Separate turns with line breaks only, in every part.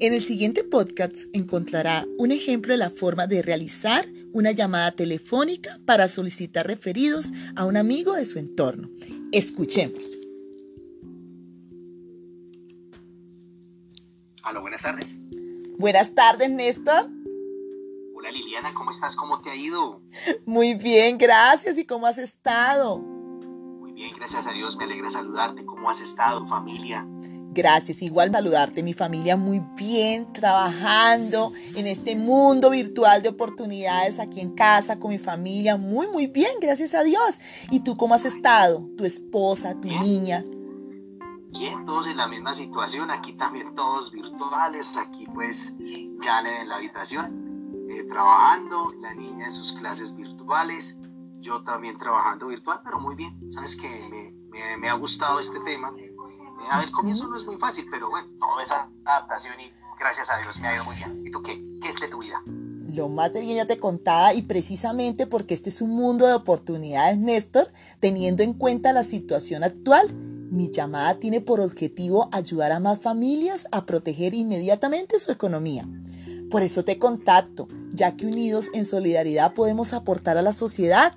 En el siguiente podcast encontrará un ejemplo de la forma de realizar una llamada telefónica para solicitar referidos a un amigo de su entorno. Escuchemos.
Aló, buenas tardes.
Buenas tardes, Néstor.
Hola Liliana, ¿cómo estás? ¿Cómo te ha ido?
Muy bien, gracias. ¿Y cómo has estado?
Muy bien, gracias a Dios, me alegra saludarte. ¿Cómo has estado, familia?
Gracias, igual saludarte, mi familia muy bien, trabajando en este mundo virtual de oportunidades aquí en casa con mi familia, muy, muy bien, gracias a Dios. ¿Y tú cómo has estado? ¿Tu esposa, tu
Bien.
niña?
Bien, todos en la misma situación, aquí también todos virtuales, aquí pues ya en la habitación, eh, trabajando, la niña en sus clases virtuales, yo también trabajando virtual, pero muy bien, sabes que me, me- me ha gustado este tema. Eh, a ver, comienzo no es muy fácil, pero bueno, toda esa adaptación y gracias a Dios me ha ido muy bien. ¿Y tú qué? ¿Qué es de tu vida?
Lo más de bien ya te contaba y precisamente porque este es un mundo de oportunidades, Néstor, teniendo en cuenta la situación actual, mi llamada tiene por objetivo ayudar a más familias a proteger inmediatamente su economía. Por eso te contacto, ya que unidos en solidaridad podemos aportar a la sociedad.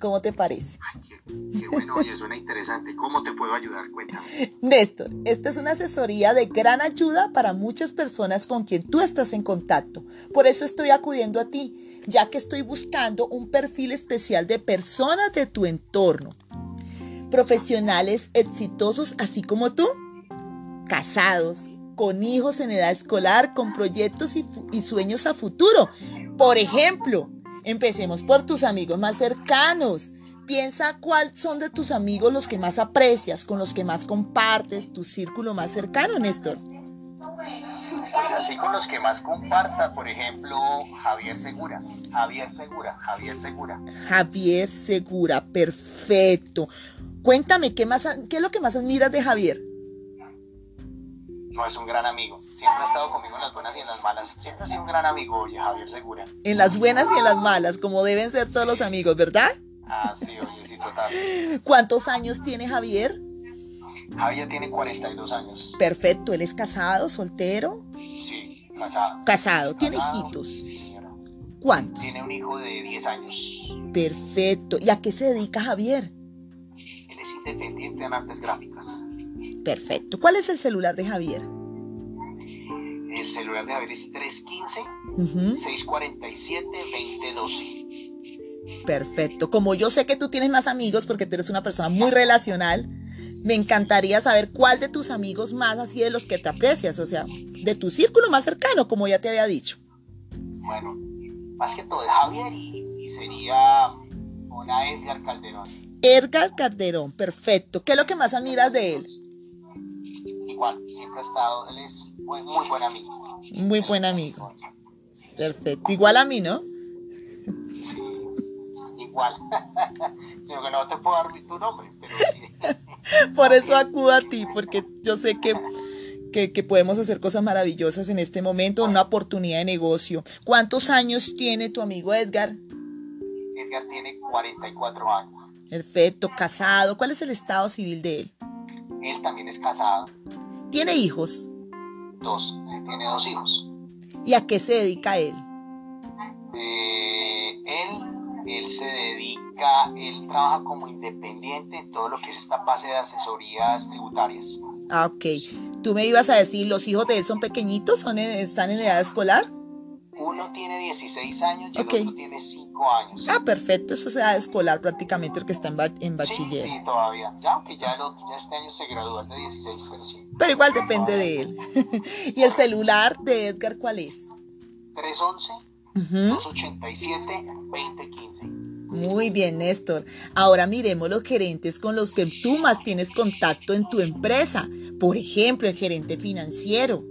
¿Cómo te parece?
Ay, qué, qué bueno, oye, suena interesante. ¿Cómo te puedo ayudar? Cuéntame.
Néstor, esta es una asesoría de gran ayuda para muchas personas con quien tú estás en contacto. Por eso estoy acudiendo a ti, ya que estoy buscando un perfil especial de personas de tu entorno. Profesionales exitosos así como tú, casados, con hijos en edad escolar, con proyectos y, fu- y sueños a futuro. Por ejemplo, empecemos por tus amigos más cercanos. Piensa cuáles son de tus amigos los que más aprecias, con los que más compartes, tu círculo más cercano, Néstor.
Pues así con los que más comparta, por ejemplo, Javier Segura, Javier Segura, Javier Segura.
Javier Segura, perfecto. Cuéntame, ¿qué, más, qué es lo que más admiras de Javier?
No es un gran amigo, siempre ha estado conmigo en las buenas y en las malas. Siempre ha sido un gran amigo, oye, Javier Segura.
En las buenas y en las malas, como deben ser todos los amigos, ¿verdad?
Ah, sí, oye, sí, total.
¿Cuántos años tiene Javier?
Javier tiene 42 años.
Perfecto, él es casado, soltero,
Sí, casado.
casado, tiene
Casado,
hijitos.
Sí, señora.
¿Cuántos?
Tiene un hijo de 10 años.
Perfecto. ¿Y a qué se dedica Javier?
Él es independiente en artes gráficas.
Perfecto. ¿Cuál es el celular de Javier?
El celular de Javier es 315
Ujú,
647 2012.
Perfecto. Como yo sé que tú tienes más amigos porque tú eres una persona muy relacional, me encantaría saber cuál de tus amigos más así de los que te aprecias, o sea, de tu círculo más cercano, como ya te había dicho.
Bueno, más que todo es Javier y, y sería una Edgar Calderón.
Edgar Calderón, perfecto. ¿Qué es lo que más admiras de él?
Igual, siempre ha estado, él es muy, muy buen amigo.
Muy buen amigo. Perfecto. Igual a mí, ¿no?
Igual. Sino que no te puedo dar ni tu nombre, pero sí.
Por eso acudo a ti, porque yo sé que, que, que podemos hacer cosas maravillosas en este momento, una oportunidad de negocio. ¿Cuántos años tiene tu amigo Edgar?
Edgar tiene 44 años.
Perfecto, casado. ¿Cuál es el estado civil de él?
Él también es casado,
¿Tiene hijos?
dos, sí, tiene dos hijos.
¿Y a qué se dedica él?
Eh, él, él se dedica, él trabaja como independiente en todo lo que es esta fase de asesorías tributarias.
Ah, ok. Tú me ibas a decir, ¿los hijos de él son pequeñitos? ¿Son en- ¿Están en edad escolar?
Uno tiene 16 años y
Ok.
el otro tiene 5 años.
Ah, perfecto, eso es edad escolar prácticamente porque está en, ba- en
Sí,
bachiller.
sí, todavía. Ya, aunque ya el otro, ya este año se graduó el de 16, pero sí.
Pero igual depende de él. ¿Y el celular de Edgar cuál es?
311
¿Mm? Ujú.
287 2015.
Muy bien, Néstor. Ahora miremos los gerentes con los que tú más tienes contacto en tu empresa. Por ejemplo, el gerente financiero,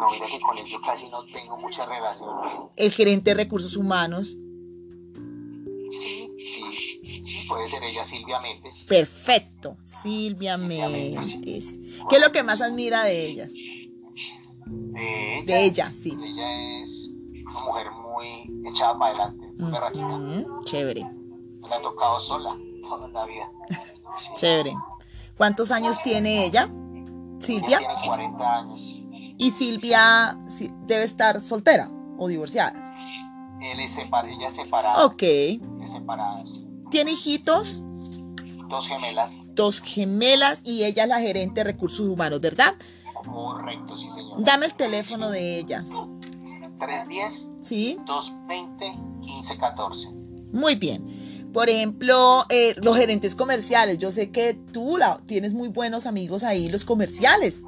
No, mira que con él yo casi no tengo mucha relación.
el gerente de recursos humanos.
Sí, sí, sí, puede ser ella, Silvia Méndez.
Perfecto, Silvia Méndez. ¿Qué es lo que más admira de ellas?
De ella.
De ella, sí.
Ella es una mujer muy echada para adelante, muy berraquita.
Ujú, Mm, Chévere,
La ha tocado sola toda la vida. Sí.
chévere. ¿Cuántos años tiene ella?
Ella
Silvia,
tiene 40 años.
Y Silvia si- debe estar soltera o divorciada.
Él es separ- ella es separada.
Ok. ¿Tiene
Es separada, sí.
hijitos?
Dos gemelas.
Dos gemelas y ella es la gerente de recursos humanos, ¿verdad?
Correcto, sí, señor.
Dame el teléfono de ella.
310
¿Sí?
220 1514.
Muy bien. Por ejemplo, eh, los gerentes comerciales. Yo sé que tú la- tienes muy buenos amigos ahí, los comerciales.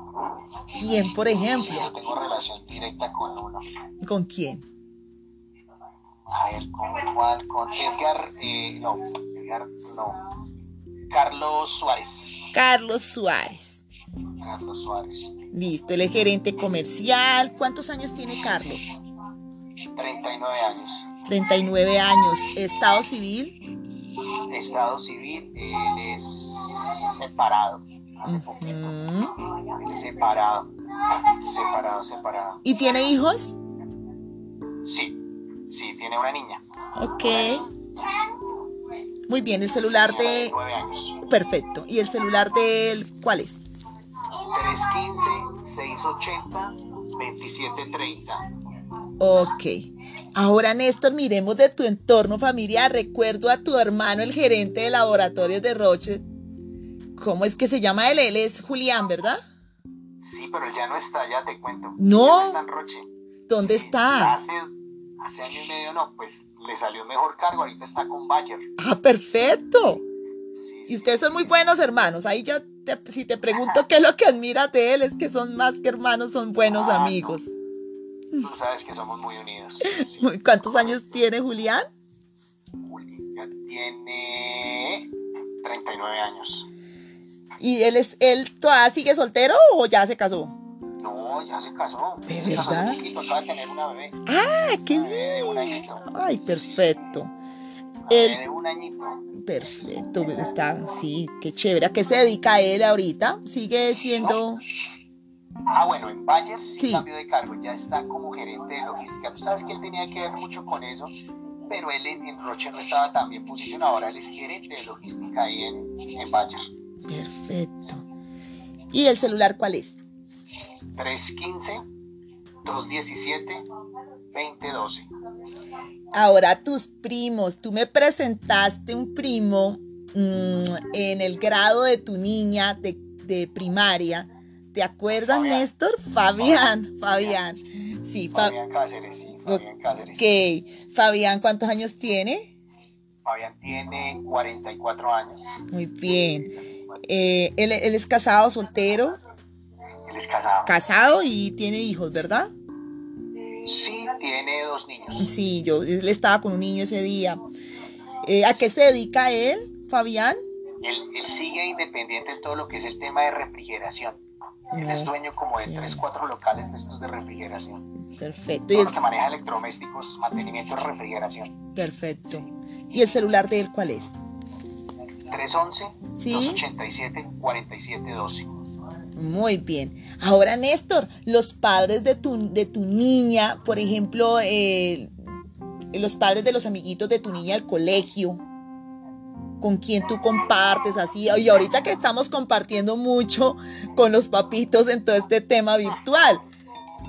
¿Quién, por
Sí, yo
ejemplo?
tengo relación directa con uno.
¿Con quién?
A ver, ¿con cuál? Con Edgar, eh, no, Edgar, no. Carlos Suárez.
Carlos Suárez.
Carlos Suárez.
Listo, él es gerente comercial. ¿Cuántos años tiene Carlos?
39 años.
39 años. Estado civil.
Estado civil, él es separado. Hace poquito.
Mm.
Él es separado. Separado, separado.
¿Y tiene hijos?
Sí, sí, tiene una niña.
Ok. Muy bien, el celular de...
9 años.
Perfecto. ¿Y el celular de él cuál es?
315-680-2730.
Ok. Ahora, Néstor, miremos de tu entorno familiar. Recuerdo a tu hermano, el gerente de laboratorios de Roche. ¿Cómo es que se llama él? Él es Julián, ¿verdad?
Sí, pero él ya no está, ya te cuento.
No.
Ya está en Roche.
¿Dónde
Sí,
está?
Hace, hace año y medio no, pues le salió mejor cargo, ahorita está con Bayer.
Ah, perfecto.
Sí,
Y
sí,
ustedes son
sí,
muy
sí.
buenos hermanos. Ahí yo, te- si te pregunto qué es lo que admiras de él, es que son más que hermanos, son buenos
Ah, no.
amigos.
Tú sabes que somos muy unidos. sí.
¿Cuántos años tiene Julián?
Julián tiene 39 años.
¿Y él es, él todavía sigue soltero o ya se casó?
No, ya se casó.
¿De
Se casó hace
verdad?
poquito, Acaba de tener una bebé.
Ah, qué
Una bebé de un
bien.
añito.
Ay, perfecto.
Una
El-
bebé de un añito.
Perfecto, pero está, sí, qué chévere. ¿A qué se dedica él ahorita? Sigue siendo,
Ah, bueno, en Bayer sí,
Sí.
cambió de cargo, ya está como gerente de logística. Tú sabes que él tenía que ver mucho con eso, pero él en, en Roche no estaba tan bien posicionado. Ahora él es gerente de logística ahí en, en Bayer.
perfecto. ¿Y el celular cuál es?
315-217-2012.
Ahora tus primos, tú me presentaste un primo mm, en el grado de tu niña de, de primaria. ¿Te acuerdas,
Fabián.
Néstor? Fabián, Fabián. Sí, Fabián.
Fabián Cáceres, sí, Fabián Cáceres.
Ok, Fabián, ¿cuántos años tiene?
Fabián tiene 44 años.
Muy bien. Eh, ¿él, él es casado, soltero?
Él es casado.
Casado y tiene hijos, ¿verdad?
Sí, tiene dos niños.
Sí, yo él estaba con un niño ese día. Eh, ¿A qué se dedica él, Fabián?
Él, él sigue independiente en todo lo que es el tema de refrigeración. Él es dueño como de tres, cuatro locales de estos de refrigeración.
Perfecto. Y
Todo
el,
lo que maneja electrodomésticos, mantenimiento de refrigeración.
perfecto. ¿Y el celular de él cuál es?
311-287-4712.
Muy bien. Ahora, Néstor, los padres de tu, de tu niña, por ejemplo, eh, los padres de los amiguitos de tu niña al colegio, con quien tú compartes así. Y ahorita que estamos compartiendo mucho con los papitos en todo este tema virtual.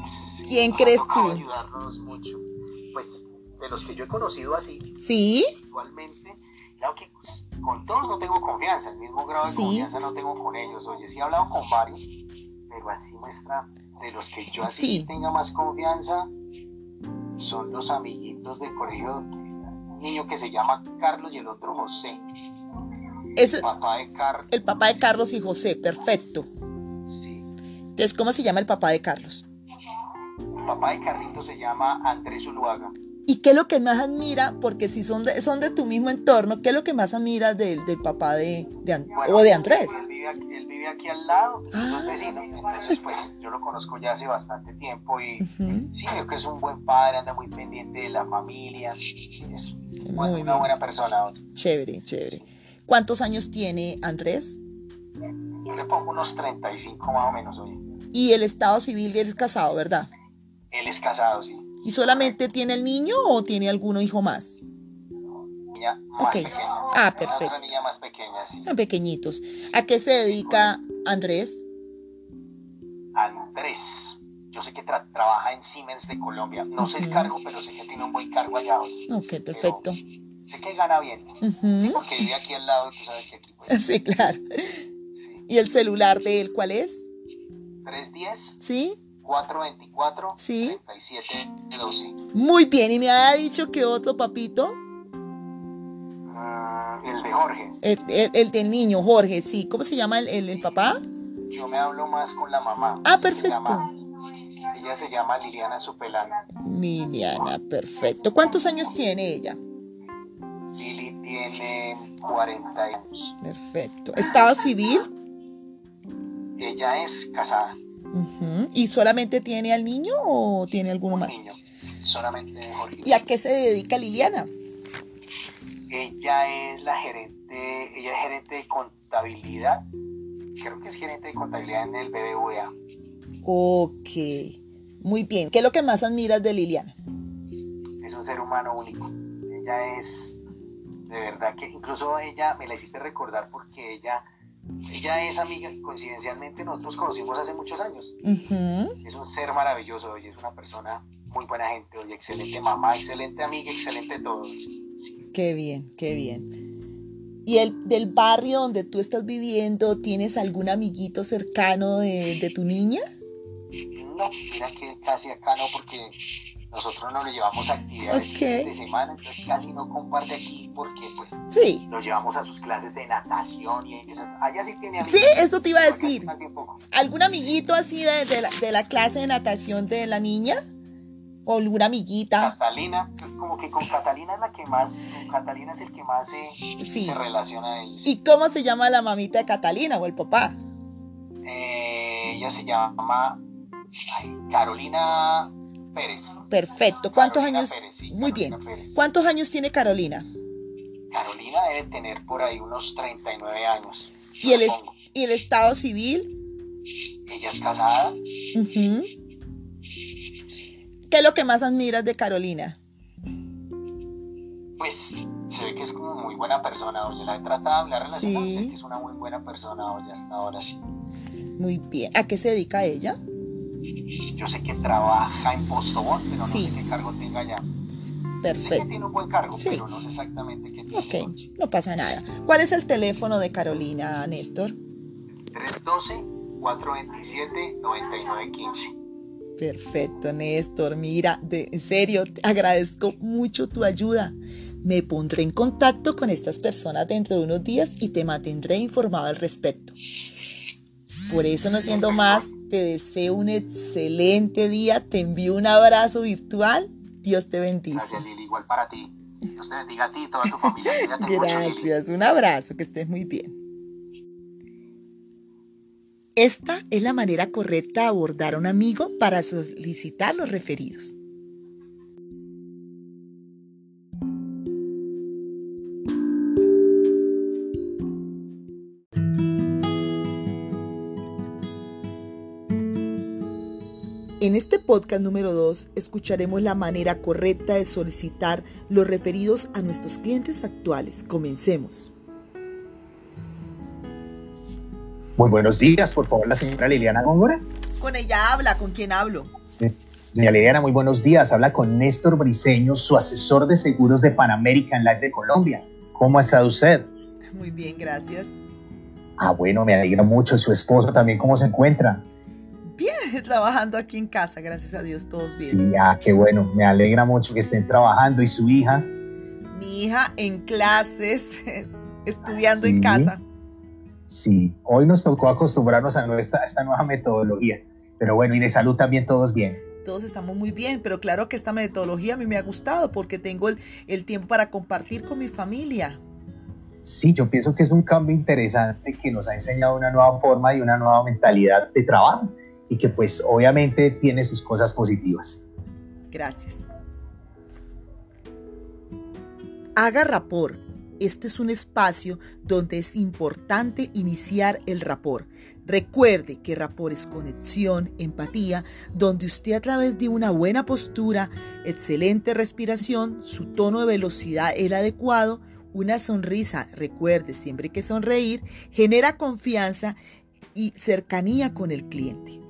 Sí,
¿Quién
nos ha
crees
tocado
tú?
ayudarnos mucho. Pues de los que yo he conocido así,
¿Sí?
actualmente, claro que pues, con todos no tengo confianza, el mismo grado de
Sí.
confianza no tengo con ellos. Oye, sí he hablado con varios, pero así muestra de los que yo así
Sí.
tenga más confianza son los amiguitos del colegio. Un niño que se llama Carlos y el otro José,
Eso,
papá de Carlos.
El papá de Carlos y José, perfecto.
Sí.
Entonces, ¿cómo se llama el papá de Carlos?
El papá de Carlito se llama Andrés Uluaga.
¿Y qué es lo que más admira? Porque si son de, son de tu mismo entorno, ¿qué es lo que más admiras del, del papá de, de An-
Bueno,
o de Andrés?
Él vive aquí, él vive aquí al lado,
Ah.
los vecinos. Entonces, pues yo lo conozco ya hace bastante tiempo y
Ujú.
sí, creo que es un buen padre, anda muy pendiente de la familia. Es un buen-
Muy
una
bien.
buena persona.
Chévere, chévere. ¿Cuántos años tiene Andrés?
Yo le pongo unos 35 más o menos, oye.
Y el estado civil, él es casado, ¿verdad?
Él es casado, sí.
¿Y solamente tiene el niño o tiene algún hijo más?
Niña más
Ok.
pequeña.
Ah,
Una otra
perfecto.
niña más pequeña, sí.
Ah, Pequeñitos. ¿A qué se dedica Andrés?
Andrés. Yo sé que tra trabaja en Siemens de Colombia. No sé el cargo, pero sé que tiene un buen cargo allá.
Ok, perfecto.
Pero sé que gana bien.
Uh -huh.
Sí, porque vive aquí al lado, tú sabes que aquí. Pues,
Sí, claro.
sí.
¿Y el celular de él cuál es?
310,
¿Sí?
424,
Sí.
3712.
Muy bien, y me había dicho que otro papito,
Ah, el de Jorge.
el, el- el del niño, Jorge, sí. ¿Cómo se llama el, el- el papá?
Yo me hablo más con la mamá.
Ah,
Ella se
perfecto.
llama- Ella se llama Liliana Supelana.
Liliana, perfecto. ¿Cuántos años tiene ella?
Lili tiene 40 años.
Perfecto. ¿Estado civil?
Ella es casada,
Ujú. ¿Y solamente tiene al niño o tiene alguno más?
niño, solamente Jorge.
¿Y a qué se dedica Liliana?
Ella es la gerente, ella es gerente de contabilidad. Creo que es gerente de contabilidad en el BBVA.
Ok, muy bien. ¿Qué es lo que más admiras de Liliana?
Es un ser humano único. Ella es, de verdad que incluso ella me la hiciste recordar porque ella, ella es amiga y coincidencialmente nosotros conocimos hace muchos años.
Ujú.
es un ser maravilloso y es una persona muy buena gente, oye, excelente mamá, excelente amiga, excelente todo. Sí.
Qué bien, qué bien. ¿Y el, del barrio donde tú estás viviendo, tienes algún amiguito cercano de, de tu niña?
No, mira que casi acá no, porque nosotros no le llevamos actividades
Ok.
fines de semana, entonces casi no comparte aquí porque pues
Sí.
lo llevamos a sus clases de natación y esas. Allá sí tiene amigos.
Sí, eso te iba a
pero acá
decir.
casi poco.
¿Algún amiguito así de, de la, de la clase de natación de la niña? ¿O alguna amiguita?
Catalina, pues, como que con Catalina es la que más, con Catalina es el que más se,
Sí.
se relaciona a ellos.
¿Y cómo se llama la mamita de Catalina o el papá?
Eh, ella se llama ay, Carolina Pérez.
Perfecto. ¿Cuántos
Carolina
años?
Pérez, sí,
Muy bien.
Carolina Pérez.
¿Cuántos años tiene Carolina?
Carolina debe tener por ahí unos 39 años.
¿Y el, es-
supongo.
y el estado civil?
Ella es casada.
Ujú. ¿Qué es lo que más admiras de Carolina?
Pues se ve que es como muy buena persona, oye. La he tratado, la he relacionado.
Sí.
Sé que es una muy buena persona, oye, hasta ahora sí.
Muy bien. ¿A qué se dedica ella?
Yo sé que trabaja en Postobón, pero
Sí.
no sé qué cargo tenga ya. Sé que
Perfecto.
tiene un buen cargo,
Sí.
pero no sé exactamente qué tiene.
Ok, no pasa nada. ¿Cuál es el teléfono de Carolina, Néstor?
312-427-9915.
Perfecto, Néstor. Mira, de, en serio, te agradezco mucho tu ayuda. Me pondré en contacto con estas personas dentro de unos días y te mantendré informado al respecto. Por eso, no siendo más, te deseo un excelente día. Te envío un abrazo virtual. Dios te bendice.
Gracias, Lili. Igual para ti. Dios te bendiga a ti y toda tu familia. Cuídate mucho, Lili.
Gracias, un abrazo, que estés muy bien. Esta es la manera correcta de abordar a un amigo para solicitar los referidos. En este podcast número 2 escucharemos la manera correcta de solicitar los referidos a nuestros clientes actuales. Comencemos.
Muy buenos días, por favor, la señora Liliana Góngora.
Con ella habla, ¿con quién hablo?
Doña Liliana, muy buenos días. Habla con Néstor Briceño, su asesor de seguros de Panamerican Life de Colombia. ¿Cómo ha estado usted?
Muy bien, gracias.
Ah, bueno, me alegra mucho. Su esposa también, ¿cómo se encuentra?
Bien, trabajando aquí en casa, gracias a Dios, todos bien.
Sí, ah, qué bueno. Me alegra mucho que estén trabajando. ¿Y su hija?
Mi hija en clases, estudiando en
Sí.
casa.
Sí, hoy nos tocó acostumbrarnos a, nuestra, a esta nueva metodología. Pero bueno, y de salud también todos bien.
Todos estamos muy bien, pero claro que esta metodología a mí me ha gustado porque tengo el, el tiempo para compartir con mi familia.
Sí, yo pienso que es un cambio interesante que nos ha enseñado una nueva forma y una nueva mentalidad de trabajo y que pues obviamente tiene sus cosas positivas.
Gracias. Haga rapor. Este es un espacio donde es importante iniciar el rapor. Recuerde que rapor es conexión, empatía, donde usted a través de una buena postura, excelente respiración, su tono de velocidad el adecuado, una sonrisa, recuerde siempre que sonreír, genera confianza y cercanía con el cliente.